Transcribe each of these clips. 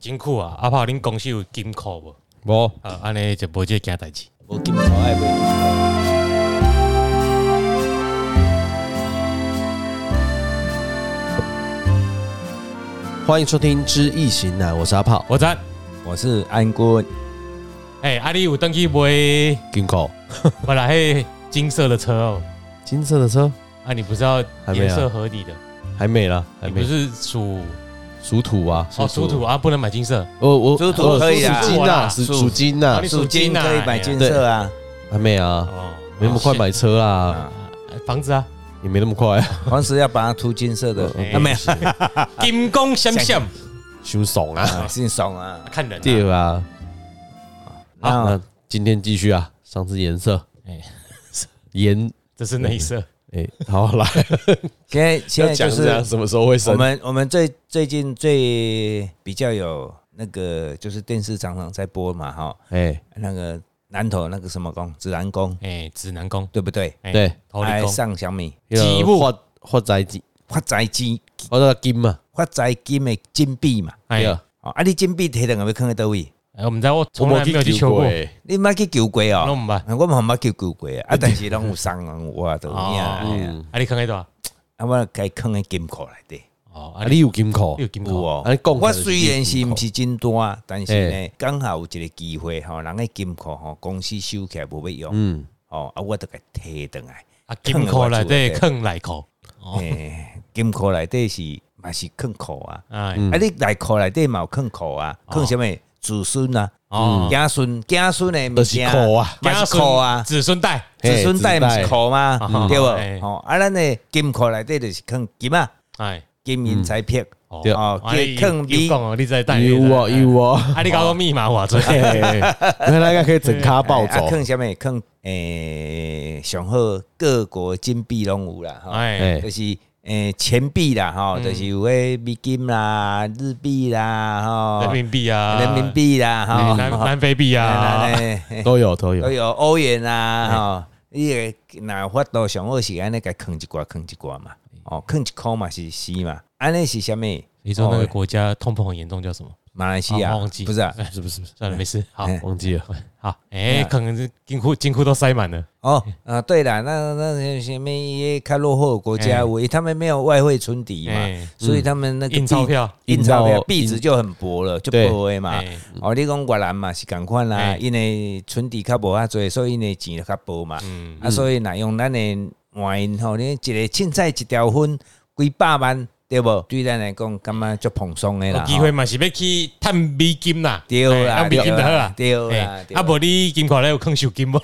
真久啊！阿炮，恁公司有金库无？无，啊，安尼就无即个件代志。无金头爱买，欢迎收听《知易行难》，我是阿炮，我知，我是安哥，哎，啊，你有登去买，无金口啦，迄金色的车哦。金色的车啊，你不是要还没啊颜色合理的？还没啦，还你不没是属属土啊，哦属土啊，不能买金色。我我属土我可以啊属金我呐，啦属属属金呐啊你，属金可以买金色啊，还没啊，哦，没那么快买车啦，啊啊房子啊，也没那么快，黄石要把它涂金色的，哎啊没有，金光闪闪，凶怂啊， 啊姓爽啊，看人啊。对啊，啊那今天继续啊，上次颜色哎， 颜这是内色。哎，好来，现在现在要讲就这样是什么时候会我生？们我们最最近最比较有那个就是电视常常在播嘛哈，哎，那个南投那个什么宫指南宫哎，指南宫，对不对？哎对，头还里宫，上小米吉木发发财金，发财金发那个金嘛，发财金的金币嘛，哎对，啊，哦啊你金币摕到有没有放在倒位？哎我们在我从来没有去求求哎过，你捌去救过拢哦？唔捌。啊我嘛毋捌去救过啊，啊但是拢有送人有啊，都有影哦哎呀嗯，啊，你看看多少？啊我该放在金库内底。哦，啊，啊，你你有金口你有，金有库？哦啊你讲起来我就是虽然是金库毋是真大，啊但是嘿呢，刚好有一个机会吼，人诶金库吼，公司收起来无要用，嗯，吼啊，我得甲摕转来。啊，金库内底坑内裤，哦诶，金库内底是嘛是放库啊，哎，嗯哦啊你内库内底嘛有放库啊，放什物子孙啊，哦，子孙子孙诶物都是件，口啊，嘛是库啊。子孙带，嘿子孙代毋是裤嘛子哦代，对嗯无？吼，啊，咱诶金库内底就是放金啊，哎，金银财帛，哦对哦，啊叫你放你米讲，哦，你在带，有哦你知道有哦， 啊，你搞个密码我做，哎嘿嘿嘿原来应该可以整咖暴哎啊走，放什么？放诶，上好各国金币拢有啦，吼，哎，嗯哎就是诶钱币啦，吼，就是有诶美金啦、日币啦，人吼，民币啊，人民币啊啦，吼，南南非币啊，啊，都有都有都，有欧元哎啦，吼，你会若有法度上好是安尼，甲放一寡，放一寡嘛，哦，放一箍嘛是是嘛，安尼是啥物？你说那个哦国家通膨很严重叫什么？马来西亚哦忘记不是啊？是不是？算了，没事，好哎忘记了，好，哎，可能是金库金库都塞满了，哦，啊，对了，那那些什么一些较落后的国哎家，我他们没有外汇存底嘛哎，所以他们那个印币钞票，印钞印票钞币值就很薄了，就对薄的嘛哎。哦，你讲越南嘛是共款啦，哎因为存底较无遐多，所以因的钱就较薄嘛。嗯，啊，所以若用咱的换因吼，你一个凊彩一条粉几百万，对无？对咱来讲，感觉足蓬松的有啦。机会嘛是要去探美金啦，对哎啦啊美金就好啦，对啦哎哎对啦啊，无你金库内有坑手金无？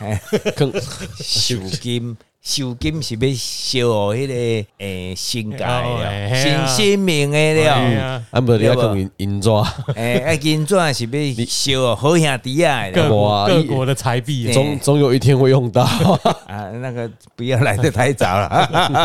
更收金，收金是要收哦，迄个诶新界哦了，嘿啊新新明的哎了，呀啊，不是你要更银银抓，诶，啊金纸是要收哦好兄弟啊哎的各啦，国哇各一国的财币啊，总总有一天会用到，啊，那个不要来得太早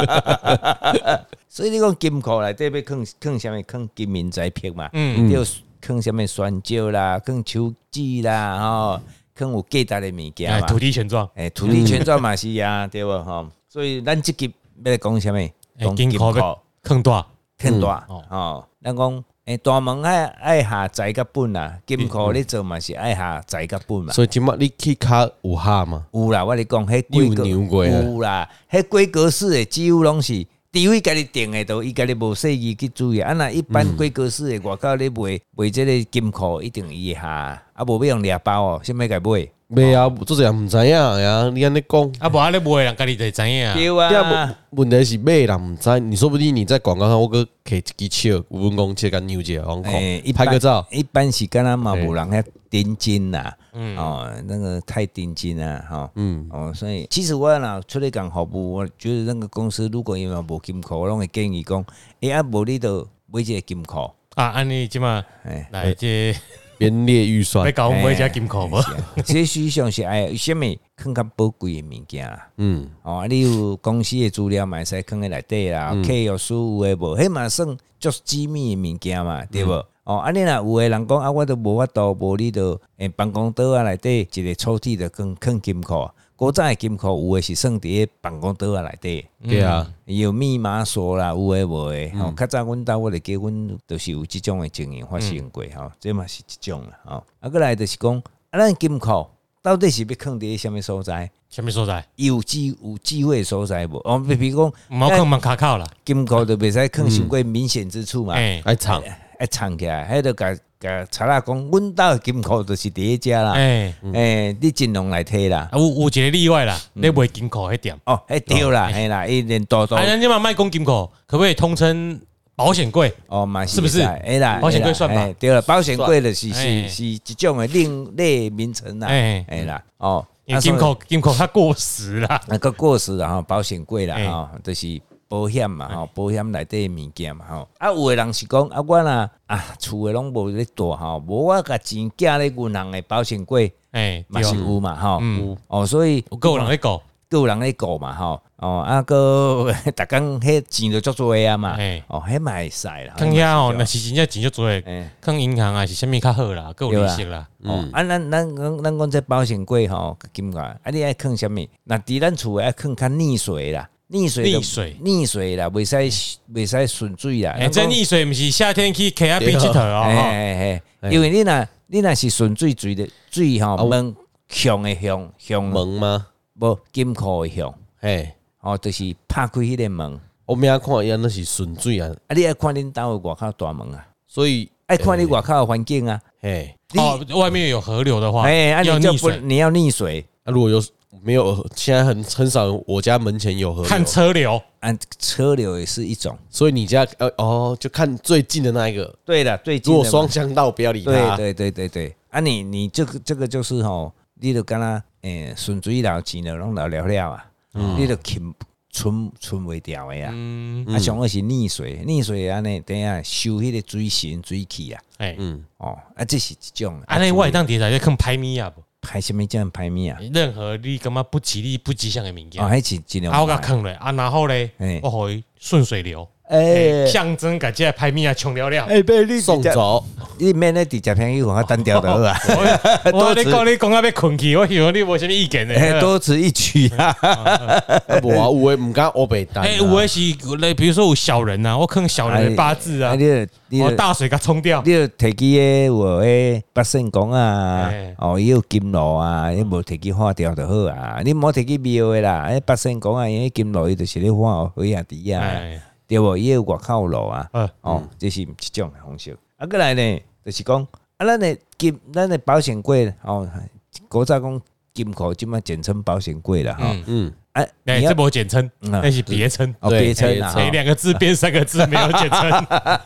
了。所以你讲金库内底要放放什么？放金银财帛嘛，嗯要放什么酸椒啦，放手指啦，吼，放有价值的物件哎，啊嘛土。地权状，诶，土地权状嘛是啊，对无吼。所以咱即集要来讲什么？哎讲，金金库库。要坑大，天大嗯哦，咱讲诶，大门爱爱下财甲本啦，金库你做嘛是爱下财甲本嘛。嗯啊所以今麦你去卡有下嘛？有啦，我咧讲，迄你有规格量过啊有啦，迄规格式的几乎拢是，除非家己定的，都伊家己无细意去注意。啊，若一般嗯规格式的外口咧卖卖即个金库，一定伊会下，啊，无要用掠包哦，先要甲买。没啊，做这样唔知影呀？你安尼讲，啊，无啊，你卖人家己就会知影啊。对对啊啊，，问题是买人唔知，你说不定你在广告上我个可以一支笑，五分钟切个扭一下，往诶口哦拍个照，哎一般是敢若嘛无人遐盯紧啦，嗯哦，那个太盯紧啦，吼，嗯，哦，所以其实我若出来讲服务，我觉得那个公司如果伊嘛无金库，我拢会建议讲，哎啊，无你就买一个金库，啊，安尼即嘛哎，来这编列 预要算，搞阮买一只金库无？是啊这实际上是哎，有啥物更较宝贵的物件啦。嗯，哦，啊你有公司的资料嘛，会使放喺内底啦，客户所有诶无，迄嘛算足机密诶物件嘛，对无？哦，啊你若有诶人讲啊，我都无法度，无你都诶办公桌啊内底一个抽屉就放放金库，古早的金库有的是算伫咧办公桌啊内底，对啊，伊有密码锁啦，有诶无诶。吼，较早阮兜我咧结婚，就是有即种诶情形发生过吼，这嘛是一种啦吼。啊，过来就是讲，啊，咱的金库到底是要放伫咧什物所在？什么所在？伊有机有机会的所在无？哦，比比如讲，唔好坑门卡口啦，金库就袂使放伤过明显之处嘛，哎爱藏爱藏起来，迄就甲甲查啦讲，阮兜的金库就是伫咧遮啦，哎，诶，你尽量来摕啦啊。有有一个例外啦，嗯你卖金库迄店，哦，迄对啦，嘿啦，伊连多多啊，咱即嘛卖讲金库，可不可以通称保险柜？哦，嘛是不是哎啦，保险柜算吧哎对了，保险柜的是哎是是一种的另类名称啦，哎哎啦，哦，因为金库金库它过时啦，那个啊过时啦吼，保险柜啦哎吼，就是保险嘛吼，保险内底的物件嘛吼。啊，有的人是讲啊，我啦啊，厝的拢无咧住吼，无我甲钱寄咧银行的保险柜哎，嘛对是哦，有嘛吼，嗯有哦，所以有够人咧搞，各有人咧顾嘛吼，哦啊 个，逐工迄钱就足多啊嘛哎，哦，迄嘛会使啦，坑遐哦，若是真正钱就多的，哎。坑银行啊是啥物较好啦，够利息啦，哦，啊，咱咱咱咱讲这保险柜吼，金额啊，你爱囥什物？那伫咱厝的爱囥较溺水啦，溺水就溺水溺水啦，袂使袂使顺水啦。哎，这溺水毋是夏天去溪啊边佚佗哦，哦，哎哎，因为你若你若是顺水水的水啊吼，门向的向向，门吗？无金库的向，嘿，哦，就是拍开迄个门。我明仔看伊安那是顺水啊，啊，你爱看恁兜的外口大门啊，所以呃爱看你外口的环境啊。嘿，你哎哦，外面有河流的话，哎，啊，要你就溺不水，你要溺水，啊，如果有没有？呃现在很很少，我家门前有河看流，车流，啊，车流也是一种。所以你家呃哦，就看最近的那一个。对了，最近如的果嘛双向道，不要理对他。对对对对，啊你你这个这个就是吼，你就敢若诶顺水流钱就拢流了了啊，你就存存存袂掉的啊。嗯，啊，上好是溺水，溺水安尼等下收迄个水神水气啊，哎，哦，啊这是一种啊，安尼我会当伫内底坑拍咪啊，不排什么这样排物啊？任何你感觉不吉利、不吉祥的物件哦，，迄是尽量啊，我甲排坑咧，啊，然后咧哎，我互伊顺水流，哎诶，象征甲即个拍咪啊冲了了。 哎，别你送直接，走，你免咧直接朋友我单调就好 啊，我我多你此讲你讲啊要困去，我以为你无啥物意 见哎咧。多此一举啊。啊无啊，有诶毋敢乌白单啊。哎，有的是那比如说有小人啊，我坑小人的八字啊哎你，就你就我大水甲冲掉你。有摕起诶，有诶八圣公啊嘿，哦，伊有金锣啊，你无摕起化掉就好啊。你无摕起庙诶啦，诶八圣公啊，伊金锣伊就是咧化好兄弟啊，哎，对无？伊有外口路啊，呃，哦，这是一种诶方式。啊，过来呢，就是讲啊，咱诶金，咱诶保险柜哦，古早讲金库即摆简称保险柜啦，吼嗯，嗯，啊，哎，你要这不简称，嗯啊那是别称。哦对别称啦，别吼哎，两个字变三个字，没有简 称。啊，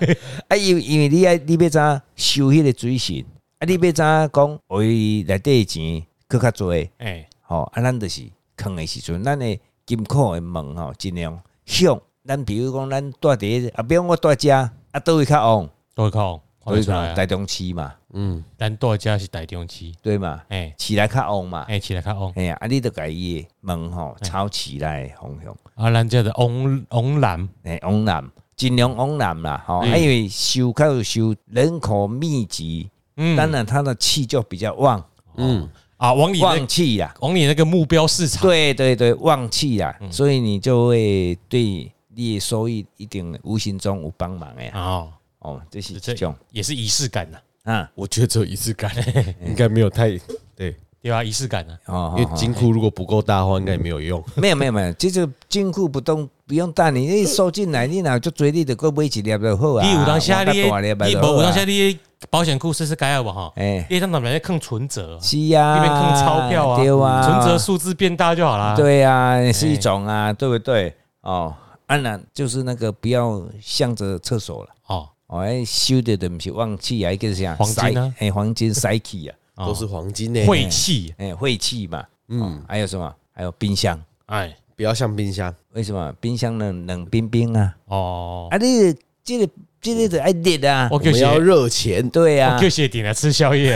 因为因为你爱你要怎收迄个水神，啊，你要怎讲为内底的钱搁较侪哎，吼、啊，咱就是坑的时阵，咱的金库的门吼，尽量向咱比如讲咱住伫啊，比如我住遮啊，倒位较旺，各位看，看倒得位出来讲啊，台中市嘛，嗯咱大家是台中市。对嘛，哎起来较旺嘛，哎，起来看哦，哎呀、啊，你就甲伊的门吼朝起来的方向，啊，咱这的翁翁南，哎、往南。尽量往南啦，吼、嗯啊，因为收较有收人口密集，嗯当然它的气就比较旺，啊，往里那旺气啦。往里那个目标市场，对对对，旺气啊，嗯所以你就会对你的收益一定无形中有帮忙的啊。哦，哦，这是这这种也是仪式感呐，啊，我觉得只有仪式感，应该没有太对，对啊吧？仪式感呐，哦，因哦为金库如果不够大的话，应该也没有用。 没有没有没有，这就金库不动不用担，你你收进来，你哪就追你的够买一粒就好啊。你有当下你换较大粒你就无好啊有当下你保险库试试改好不好？哎你当当然坑存折，是啊，那边坑钞票啊，对啊，存折数字哎变大就好啦。，对啊，也是一种啊，对不对？哦，安然就是那个不要向着厕所了。哦，哦，哎，收的都不是旺气啊，一个是啥？黄金啊塞，哎，黄金塞气啊，哦都是黄金呢、晦气，哎，晦气嘛。哦嗯，还有什么？还有冰箱，哎，不要像冰箱，为什么冰箱冷冷冰冰啊？哦，啊，你这个这个得爱热啊，我我们就是要热钱，对啊我，就是点来吃宵夜，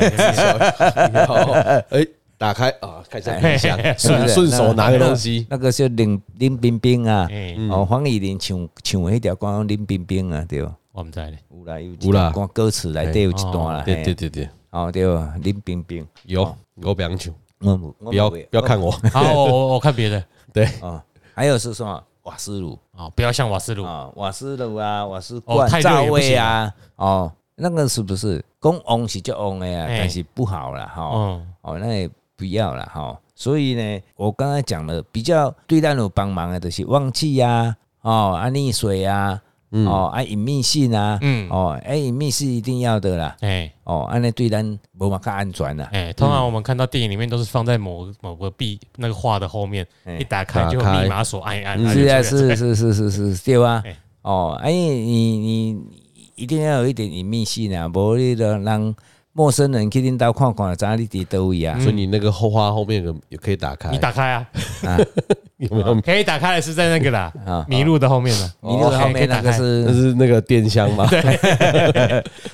然后哎，打开啊，看一下冰箱，是不顺是顺手拿个东西，那个是冷冷冰冰啊。哎，嗯哦，黄以玲唱唱迄条歌讲冷冰冰啊，对吧。我们在嘞，有啦有有啦哎哦讲歌词内底有一段啦，哎对啊嘿对对对，哦对吧，冷冰冰。有我不想抢，我不我不要会不要看我，好，我我我看别的 对，啊。还有是什么瓦斯炉啊，不要像瓦斯炉啊，瓦斯炉啊，瓦斯哦罐太热炸也不味行啊，哦，那个是不是讲旺是叫旺的啊？哎但是不好了哈。嗯，哦，那也不要了哈、所以呢，我刚才讲了，比较对咱有帮忙的就是旺气呀、哦，啊溺水啊，哦啊隐秘性啊，嗯哦，哎、隐秘是一定要的啦，哎哦，安、尼对咱无嘛较安全啦，哎，通常我们看到电影里面都是放在某某个壁那个画的后面，哎一打开就有打开密码锁，按一按，嗯按是啊，就出来是是是是是，对吧 哎？哦，哎、你你一定要有一点隐秘性啊，无你就让陌生人去恁兜看看，知影你伫倒位啊，嗯所以你那个后花后面有个也可以打开，你打哦开啊，有没有？可以打开的是在那个啦嗯 啊，哦迷路的后面呢，你那个后哎可以面打那个开是那是那个电箱嘛？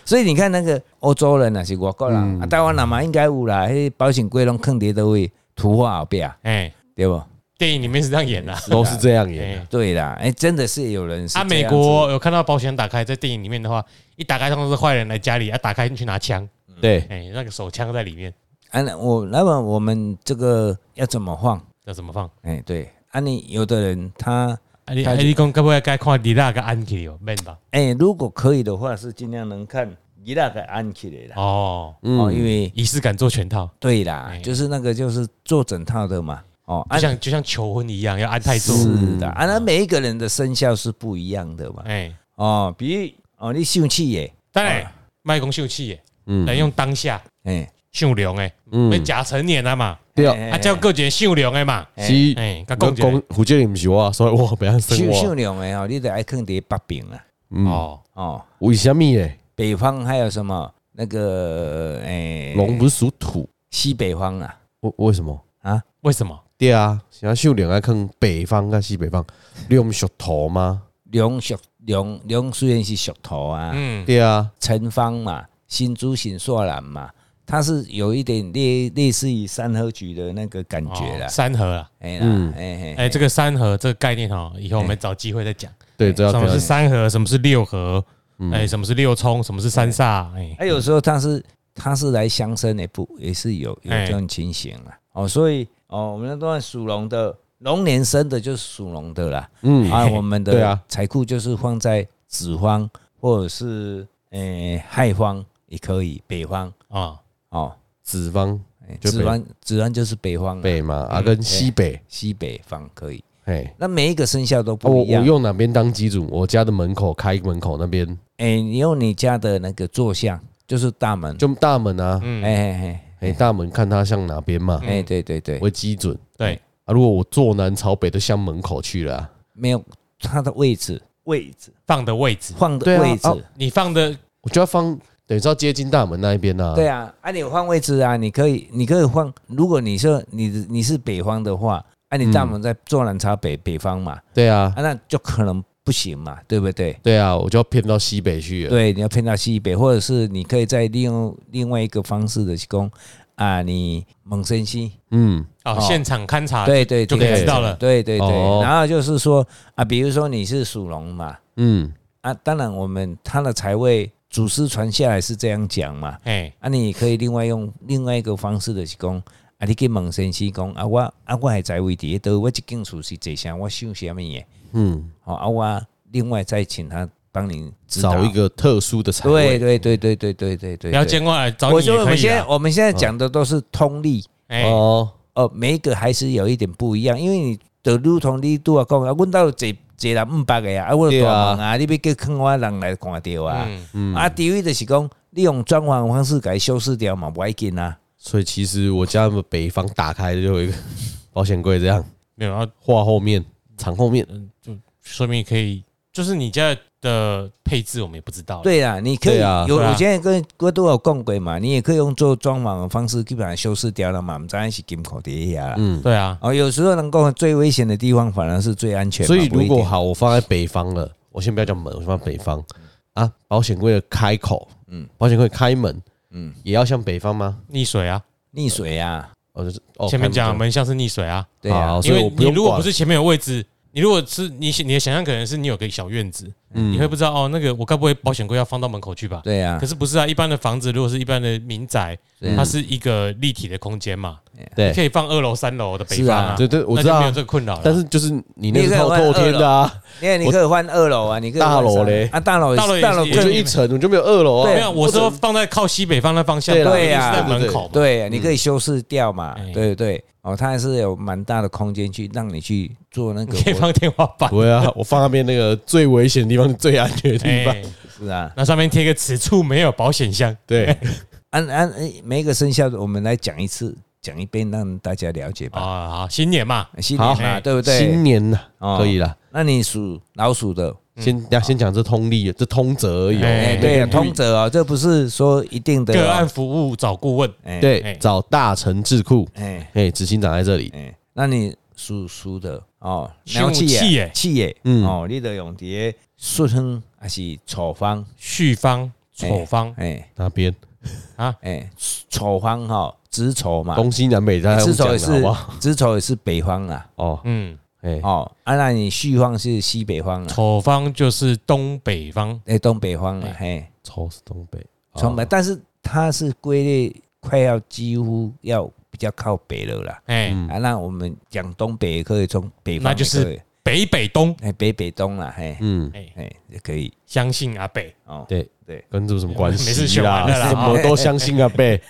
所以你看那个欧洲人啊，是外国人，啊，台湾人嘛应该有啦，迄保险柜拢坑伫倒位，图画后壁哎，对不？电影里面是这样演的，都是这样耶。哎。对啦，哎、真的是有人是啊，这美样子国有看到保险打开，在电影里面的话，一打开通常是坏人来家里，啊，打开进去拿枪，对，哎、那个手枪在里面，啊，那我那么我们这个要怎么放？要怎么放？哎、对，啊，你有的人他啊你他啊就你讲该不会该看你那个安琪哦，n 吧？哎、如果可以的话，是尽量能看伊那个按起来啦，哦，嗯哦，因为仪式感做全套，对啦，哎就是那个就是做整套的嘛，哦，就按像就像求婚一样，要安泰做。是的，啊，那每一个人的生肖是不一样的嘛，嗯哎，哦，比如哦，你生气耶，当然，卖公秀气耶，嗯能用当下哎、秀良哎，嗯被假成年了嘛，对啊，哎嗯啊叫个姐秀良哎嘛，是，你哎，甲讲讲一讲下福建人不是我，所以我不要生秀秀我。娘的哦，你得爱坑伫北边啦。嗯，哦，哦，为什么耶？北方还有什么那个诶，龙不是属土，西北方啊为为什么？啊，为什么？对啊，想要秀两爱看北方啊跟西北方，你用属土吗？龙属龙龙虽然是属土啊，嗯，对啊，城方嘛，新竹新硕兰嘛，它是有一点类类似于三合局的那个感觉啦哦。三合啊，哎嗯啦，哎哎，这个三合这个概念哈，以后我们找机会再讲。对，这要啊什看么是三合，什么是六合，哎，什么是六冲，什么是三煞，哎，嗯哎，有时候它是它是来相生的，不也是有有哎这种情形啊。哦，所以哦，我们那段属龙的龙年生的就是属龙的啦。嗯啊，我们对的啊财库就是放在子方或者是诶亥、方也可以，北方啊，哦，子方诶就子北方子方就是北方、北嘛，啊跟西北，西北方可以。哎，那每一个生肖都啊我不我一样。用哪边当基准？我家的门口开门口那边诶、哎你用你家的那个坐向，就是大门。就大门啊，哎哎哎，大门看它向哪边嘛，哎哎，对对对，为基准。对，啊，如果我坐南朝北都向门口去了啊，没有它的位置，位置放的位置，放对的啊位置啊，你放的我就要放，等于是要接近大门那一边啊。对啊，啊，你有换位置啊，你可以，你可以换。如果你说你你是北方的话，啊，你大门在坐南朝北北方嘛，对啊啊，，那就可能不行嘛，对不对？对啊，我就要偏到西北去了。对，你要偏到西北，或者是你可以再利用另外一个方式的去攻啊，你猛生西，嗯，啊，哦现场勘察，对对，就对可以知道了对对对，哦然后就是说啊，比如说你是属龙嘛，嗯，啊，当然我们他的财位祖师传下来是这样讲嘛，哎，啊，你也可以另外用另外一个方式的去攻。啊！你去猛生西讲啊，我啊我还在位伫倒，我一间厝是坐啥，我想啥物嘢，嗯，好啊我另外再请他帮你指导找一个特殊的财对位。对对对对对对对，不要见外找我你觉得也可我们以现在啊，我们现在讲的都是通例，哎，哦，哦，每一个还是有一点不一样，因为你的如同你都要讲啊，阮到坐坐人五百个啊，啊，我有对啊大门啊，你要叫坑我人来看到啊，嗯，啊，第一就是讲你用装潢的方式给它修饰掉嘛，不要紧啊，所以其实我家的北方打开就有一个 保险柜，这样没有，啊，画后面、藏后面。说明可以，就是你家的配置我们也不知道，，对啦，你可以对啊有，对啊我现在跟我都有讲过嘛，你也可以用做装潢的方式去把它修饰掉了嘛，我们当是金口底下啦。嗯，对啊，哦，有时候能够最危险的地方反而是最安全嘛。所以不如一定果好，我放在北方了，我先不要讲门，我先放北方啊。保险柜的开口，嗯，保险柜开门，嗯嗯，也要向北方吗？溺水啊，溺水啊，哦，就是哦，前面开讲门门像是溺水啊，对啊好，因哦所以为我不你用如果管不是前面有位置，你如果是你你的想象可能是你有个小院子，嗯你会不知道哦，那个我该不会保险柜要放到门口去吧？对啊可，是不是啊？一般的房子如果是一般的民宅对啊，它是一个立体的空间嘛，对你可以放二楼、三楼的北是方啊啊，对对，我那知就道没有啊这。个困扰了。哦但是就是你那你个可以套换透天的啊，因为你可以换二楼啊，你可以换大楼三嘞啊，大楼也大是楼也大楼我就可更以一层，我就没有二楼啊。没有，我说放在靠西北方那方向，对啦不一定是对在啊门口嘛。对，你可以修饰掉嘛，哎对不对？哦，它还是有蛮大的空间去让你去做那个 你可以放天花板，对啊，我放那边那个最危险的地方，最安全的地方。哎，是啊，那上面贴个此处没有保险箱，对，按按哎每一个生肖，我们来讲一次，讲一遍，让大家了解吧。啊，好，新年嘛，新年嘛，好对不新对？年呐，哦可以啦。那你属老鼠的，先等下先讲这通例，这通则而已哦。哎哎，每个对啊，人不一通则啊，这不是说一定啊的哦个案，服务找顾问，哎，哎对，找大成智库，哎哎，执行长在这里。哎，那你属鼠的哦，凶鸟气气耶气耶，嗯哦，你得用伫顺风还是丑方？续方、丑方哎那边哎，丑方哈，子丑嘛，东西南北大家子用丑也呃讲的好是不好？子丑也是北方啊，哦，嗯，哎，哦，啊，那你戌方是西北方啊，丑方就是东北方，哎，东北方啊，嘿，丑是东北，哦从北，但是它是归类快要几乎要比较靠北了啦。哎，嗯啊，那我们讲东北也可以从北那方也可以，就是北北东，哎北北东啦，嘿，嗯，哎，哎也可以相信阿北，哦，对对，跟这有什么关没事系选啦？完了啦什么都相信 啊，贝。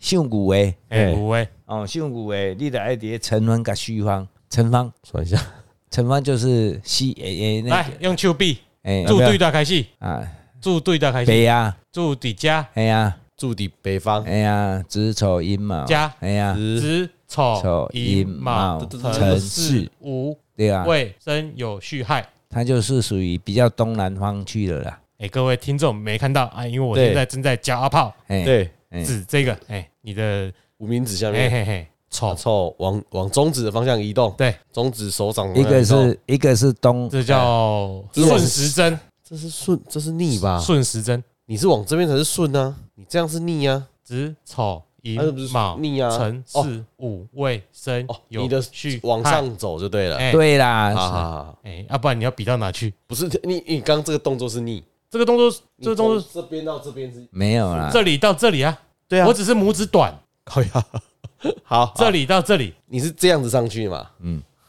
姓古诶，哎，哎五位，哦，姓古诶，你得爱伫城方甲戌方，城方算一下，城方就是西诶诶那来个用手臂，哎祝对大开戏，啊祝对大开戏，北啊，祝底家哎呀住的北方，哎呀，子丑寅卯加哎呀，子子丑哦丑寅寅卯卯辰辰巳巳午对啊，未申酉戌亥。它就是属于比较东南方去了啦，哎，各位听众没看到啊，因为我对现在正在教阿炮哎，对，哎指这个，哎，你的无名指嘿下面，嘿嘿丑，臭往往中指的方向移动，对，中指手掌往一哪里个移动是一个是东，这叫这哎是顺时针，这是顺，这是逆啊吧？顺时针，你是往这边才是顺啊，你这样是逆啊。子丑寅啊这不是卯逆啊辰哦巳午未申哦，酉你的戌往亥上走就对了。哎对啊好啦，好好，哎，要不然你要比到哪去？不是你你刚刚这个动作是逆，这个动作，这个动从作，这边到这边 是没有啦，这里到这里啊，对啊哦我只是拇指短，靠呀。 好，这这里到这里你是这样子上去嘛？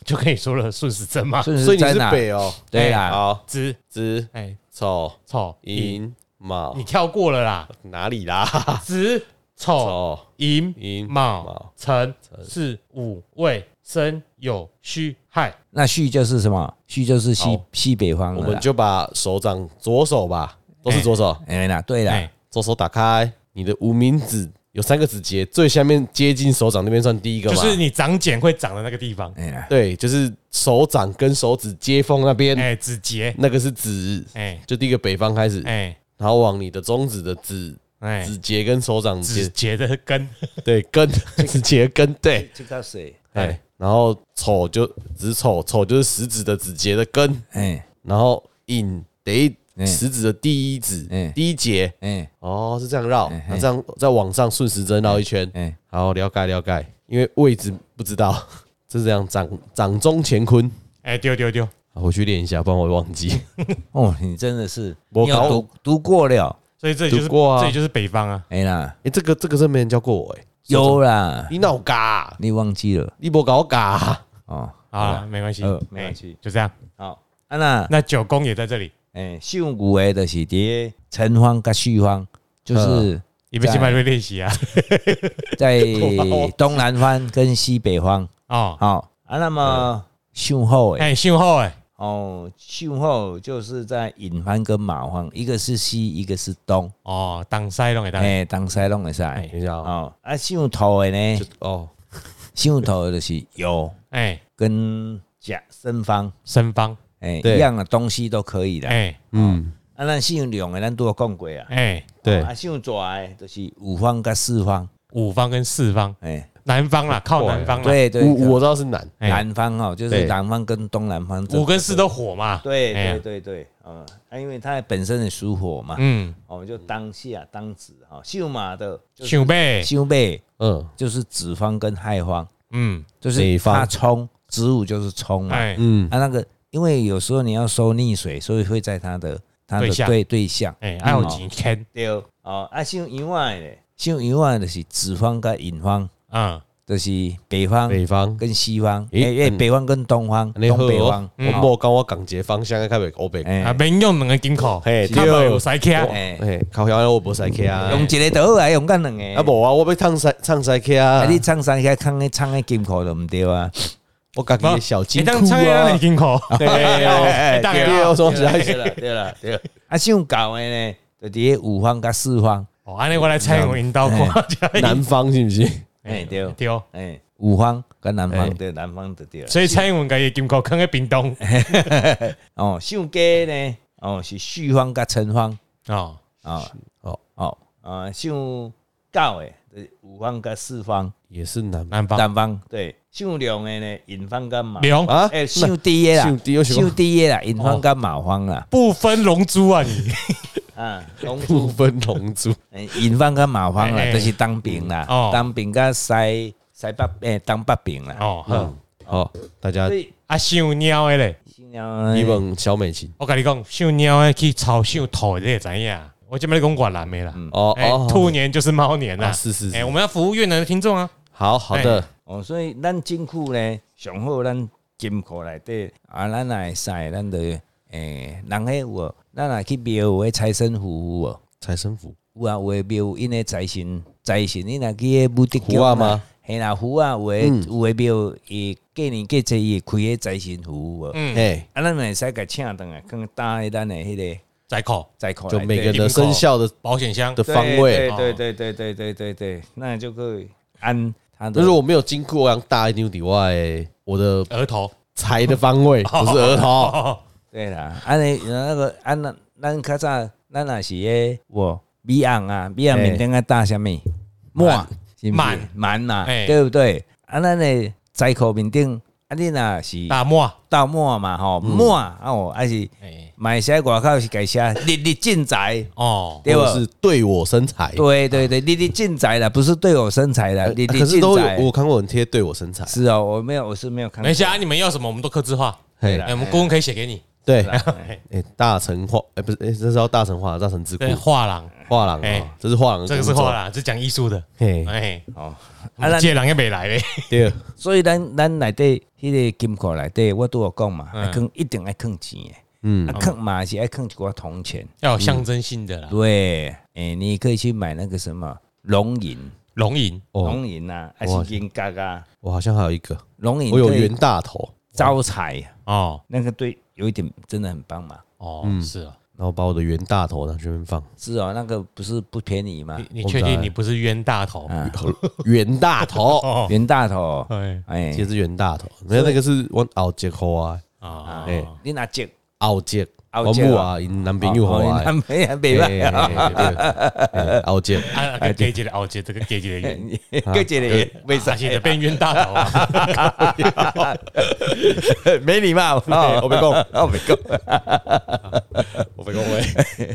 就可以说了顺时针嘛，顺所时以你针是啊，北哦。对啦，好，子子哎丑丑寅，寅卯你跳过了啦，哪里啦？子丑 丑寅寅哦卯卯辰巳午未申酉戌亥，那戌就是什么？戌就是西好西北方哦我了们啊啦，就把手掌左手吧，都是左手，哎啦，对啦哎，，左手打开，你的无名指有三个指节，最下面接近手掌那边算第一个就嘛？是你长茧会长的那个地方，哎啦，对，就是手掌跟手指接缝那边，哎，指节，那个是指，哎就第一个北方开始，哎然后往你的中指的指哎，指节跟手掌指接，节的根， 对，根 指节根，对，这个谁？哎，然后丑就指丑，丑就是食指的指节的根，哎然后引得哎嗯食指的第一指嗯第一节，哎哦，是这样绕哎嗯，那这样再往上顺时针绕一圈，哎，好，了解了解，因为位置不知道， 是这样，掌掌中乾坤。哎丢丢丢，好回去练一下，不然我会忘记。哦，你真的是，我你有搞读读过了，所以这里就是读过啊这里就是北方啊，哎啦，哎、欸，这个这个真没人教过我哎、欸。有啦，你脑嘎、啊，你忘记了你不搞嘎、啊，哦，好啦，没关系呃，没关系哎就这样。好，啊那那九宫也在这里，哎，秀五诶，就是伫城方跟戌方，就是。你们先排队练习啊。在东南方跟西 北方，哦，好、啊，那么秀后诶，哎，信号哎，哦，秀后就是在引方跟马方，一个是西，一个是东，哦，挡塞弄给大家。哎、东西拢会使，等一下啊、哦，啊，秀头的呢就，哦，秀头的就是有哎，跟甲申方，申方，哎、对一样的东西都可以的，哎嗯，啊，咱秀两个咱都有讲过啊，哎，对，啊，秀左的就是五方跟四方，五方跟四方，哎、南方啦，靠南方啦。对对我我知道是难，啊哎南方哦，就对是南方跟东南方这五跟四都火嘛。对哎呀对对对，嗯，啊，因为它本身也属火嘛，哦嗯，我们就当下当子哈，秀马的就是想呗，秀背嗯就是子方跟亥方，嗯，就是北方它冲子午就是冲嘛，啊哎，嗯，那个因为有时候你要收溺水，所以会在他的他的对象对对象，哎，还嗯有哦钱看，对哦，啊，像以外咧，像以外就是子方跟引方，嗯，就是北方北方，跟西方，诶诶诶，北方跟东方，你嗯好东北方哦，，我莫讲我港街方向，看袂欧北，啊，诶，免用两个金口，嘿他们有塞卡，诶，嘿，靠乡我无使去啊，用一个倒来用干两个，啊无啊，我要唱西唱西去啊啊，，你唱山遐唱迄唱迄金口都毋对 啊，我家己的小金库哦哎当唱两啊个，金口， 哎，当对我说实在 是，了对了对了，啊，像搞的呢，就伫个五方甲四方，哦，安尼我来猜我引导看， 南方是不是？诶对哎对，诶，五方跟南哎方对南方就对了。所以蔡英文家己的金口放在屏东，哦，上街呢，哦是旭方甲陈方，哦，哦哦，哦啊，上教诶，就是五方甲四方，也是南南方南方对，上凉诶呢，引方甲马，龙啊，诶，上低诶啦上，低我想哦上低诶啦，引方甲马方啦，不分龙珠啊你， 啊，拢不分龙族，诶引方甲马方哎啦，哎就是当兵啦哦，当兵甲西西北诶，当北兵嗯啦，哦，好好，大家所以啊，想猫的嘞。新娘一呢问小美琴，我跟你讲，想猫的去抄想兔的，你也知影。我这边讲越南的啦，哦哎哦，，兔年就是猫年啊啦，是是是哎，我们要服务越南的听众啊，好好的，哦，所以咱金库呢，上好咱金库内底啊，咱也会使咱就诶、人迄有无？咱若去庙有诶财神符有无？财神符有啊，有诶庙有因诶财神，财神你若去诶武德符啊吗？嘿啦，符啊，有诶、有诶庙伊过年过节伊会开诶财神符有无？嗯，哎，啊，咱嘛会使甲请倒来，更搭迄咱诶迄个在口财库就内每个底人的生肖的保险箱的对方位。对对对对对对对，那就可以按他的如果我没有经过，我想大一丢底外，我的额头，财的方 位不是额头，哦，对啦，安尼那个安那咱较早咱若是诶，我米昂啊，米昂嘿面顶啊搭啥物满是不满是满嘛，哎嘿对不对？啊，咱诶在口面顶啊，你若是大啊漠，到满嘛吼，嗯满啊哦，还是哎，买些外口是 改写日日进财，哦，对或不者？是对我身材。对对对，日日进财啦，不是对我身材啦，呃日可日是进都有财我看过很贴对我身材，是哦，我没有，我是没有看过没。事啊，你们要什么我们都刻字化，嘿哎，我们顾问可以写给你，对， 哎哎，大成画，哎，不是，哎，这是要大成画，大成智库对，画廊，画廊哎啊，这是画廊，这个是画，廊，是讲艺术的，嘿，哎，哦，啊，啊，咱借人也没来嘞，对，所以咱咱内底迄个金库内底，我拄有讲嘛，嗯爱坑一定爱坑钱诶，嗯啊，坑嘛是爱坑一寡铜钱。 要有象征性嗯的啦，对，诶，你可以去买那个什么龙银，龙吟，哦，龙银啊，还哇是银角啊，我好像还有一个，龙银我有对袁大头，招财，哦，那个对有一点真的很帮忙。哦，嗯是啊，然后把我的袁大头拿去那 边放，是哦，那个不是不便宜嘛啊哦你，你确定你不是冤大头？啊，袁大头，哦，袁大头，哎，哎嗯其，实是袁大头，没有那个是我熬结扣啊，啊，哎，你拿接，熬结，后我结母啊，因男朋哦友好啊，啊，没 啊，哎没哎哎哎哎哎熬结。啊，跟给姐的哦，姐这个给姐的冤， 办，个这个为啥啊写的变冤大头啊？没礼貌？哎我没讲，我没讲，我没讲喂，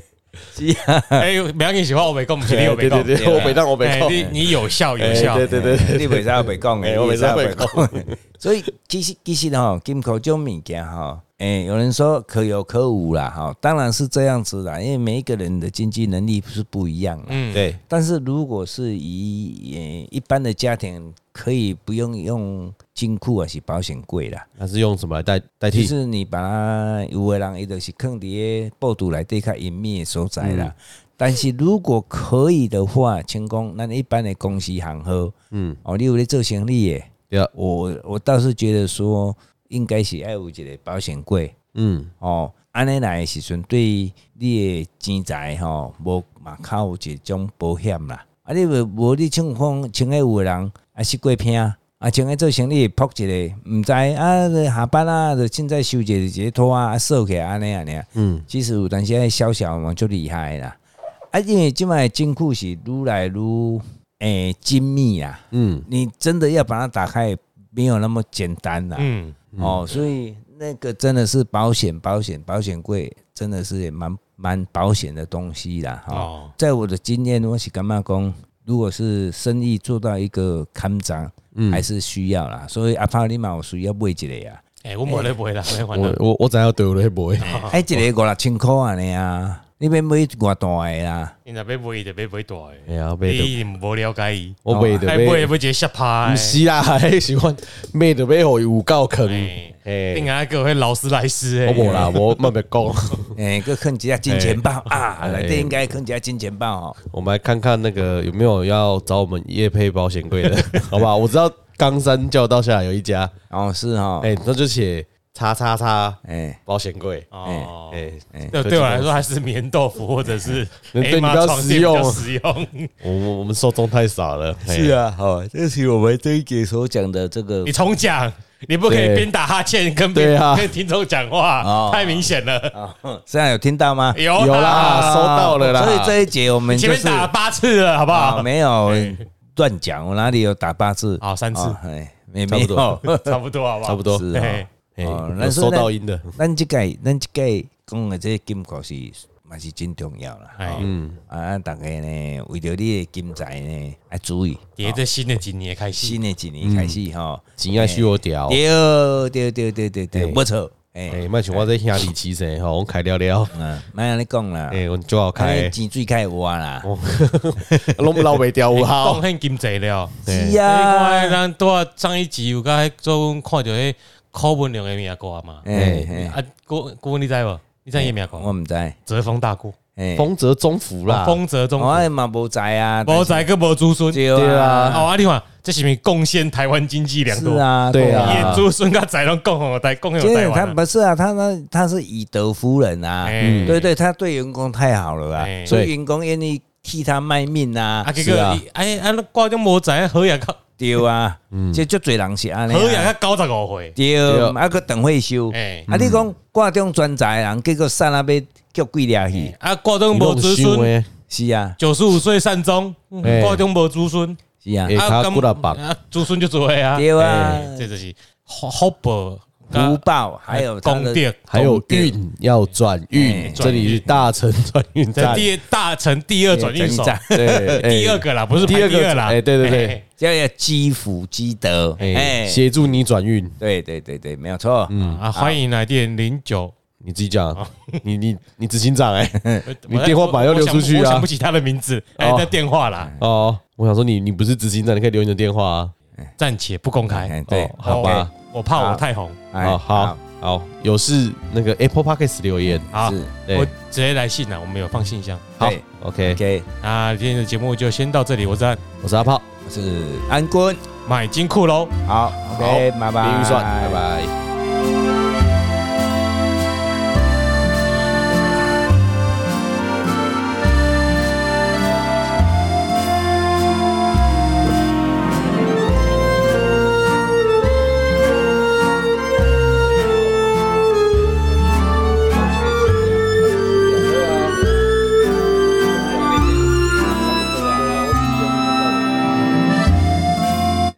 是啊， 哎，不要跟你喜欢我没讲，不是你我没对讲，哎对对，我没当我没哎讲，哎你你有效有效，对对对对，哎你为啥袂讲哎诶？我你为啥袂 讲？所以其实其实吼，金口这种物件吼，诶、有人说可有可无啦，哈，当然是这样子啦，因为每一个人的经济能力是不一样的。嗯，对，但是如果是以诶、一般的家庭，可以不用用金库还是保险柜啦，那是用什么来代代就替？是你把它有的人伊就是放伫个报道内底较隐秘的所在啦。嗯但是如果可以的话，请讲咱一般的公司行号，嗯，哦，你有咧做生意诶，对，我我倒是觉得说，应该是要有一个保险柜嗯，哦。安尼来的时阵，对你的钱财吼，无嘛较有一种保险啦。啊，你无无你像讲像迄有的人啊，是过偏啊，像迄做生意扑一个，毋知啊，就下班啊，就凊彩收一个一个拖啊，啊收起来安尼安尼。嗯，其实有当时迄小小嘛，就厉害啦。啊，因为即卖金库是愈来愈诶、精密啊。嗯，你真的要把它打开，没有那么简单啦、嗯，哦，所以那个真的是保险，保险，保险柜真的是也蛮蛮保险的东西啦。哈、哦，哦，在我的经验，我是感觉讲，如果是生意做到一个看涨，还是需要啦。所以阿帕你嘛有需要买一个啊，哎，我无咧买啦，没玩我啦。我我知影对我咧袂，哎，一个五六千箍安尼啊，你要买偌大诶啦？你若要买就别买大诶，哎呀，买你的一定无了解伊，哎我买的还买买买，一个下趴毋。是啦，迄是款买的买互伊有够坑，哎，另哎，外一个会劳斯莱斯诶，我无啦，我慢慢讲，哎，个坑一下金钱豹啊，内底应该坑一下金钱豹哦。我们来看看那个有没有要找我们叶配保险柜的，好不好？我知道冈山教道下来有一家，哦，是哦，哎，那就写叉叉叉哎，保险柜，哦，哎，对，对我来说还是棉豆腐或者是对黑你马比较床实垫比较用实用。我们我们受众太少了，哎是啊，好，这是我们这一节所讲的这个你重讲，你不可以对边打哈欠跟边对啊跟听众讲话哦， 太明显了。啊， 现在有听到吗？有有啦，啦，收到了啦，所以这一节我们前就面是打了八次了，好不啊，好？没有哎乱讲，我哪里有打八字？好，三次，啊，哎，没哦差没不有，多 差不多，好不好？差不多，是嘿啊。 哎哦，有咱说收咱到音的，咱即届咱即届讲的这个金库是嘛是真重要啦。哎，嗯，啊，大家呢为着你的金财呢，要注意。叠着新的几年开始，新的一年开始吼，钱要需要调，对对对对对对，嗯哎没错。哎，哎，莫像我这兄弟起身吼，我开了了，嗯，莫安尼讲啦，哎，我哦就好安尼开，钱最开挖啦，拢老袂掉有贡效，献金济了。是哎啊，啊，咱多上一集有甲做阮看着迄柯文良的名歌嘛？哎哎，啊，郭郭文你知无？你知伊名歌？我毋知，泽丰大哥，哎，丰泽中福啦，哦丰泽中我嘛无知啊，无仔个无子孙。对对啊哦，啊，你看这是不是贡献台湾经济良是多？啊，对啊也子孙甲仔拢贡献台，贡献因台为他湾啊。不是啊，他他他是以德服人啊，哎对对，他对员工太好了啊哎，所以员工愿意替他卖命啊啊，，结果是啊伊哎啊，挂种无仔好也较对啊，嗯这足侪人是安尼好也啊，较九十五岁。对，啊个等会休，哎啊你讲挂中专才的人，结果散啊要叫鬼抓去，啊，挂种你无弄子想孙，的，是啊九十五岁善终，嗯哎挂种无子孙，是啊哎，他甘骨力棒啊，子孙就做的啊。对啊哎，这就是福福报、福报还有他啊功的德。还有运要转哎运，这里是大成转运在站，第大成第二转运手，转运对，哎第二个啦，不是排第二第个二啦。哎对对对哎叫要积福积德，哎，哎，协助你转运，对对对对，没有错，嗯啊，欢迎来电零九，你自己讲，你你你执行长 哎，你哦我电话本来要留出去啊我想不我想不起他的名字，哎，哦那电话啦，哦，我想说你你不是执行长，你可以留你的电话啊，暂且不公开哎，对哦，好吧 OK，我怕我太红，哎好好，好，有事那个 Apple Podcast 留言，好，是对啊我直接来信了，我们有放信箱。好对，OK， ，OK，那今天的节目就先到这里，我是安我是阿炮，是安坤，买金库喽。好，OK，拜拜，预算，拜拜。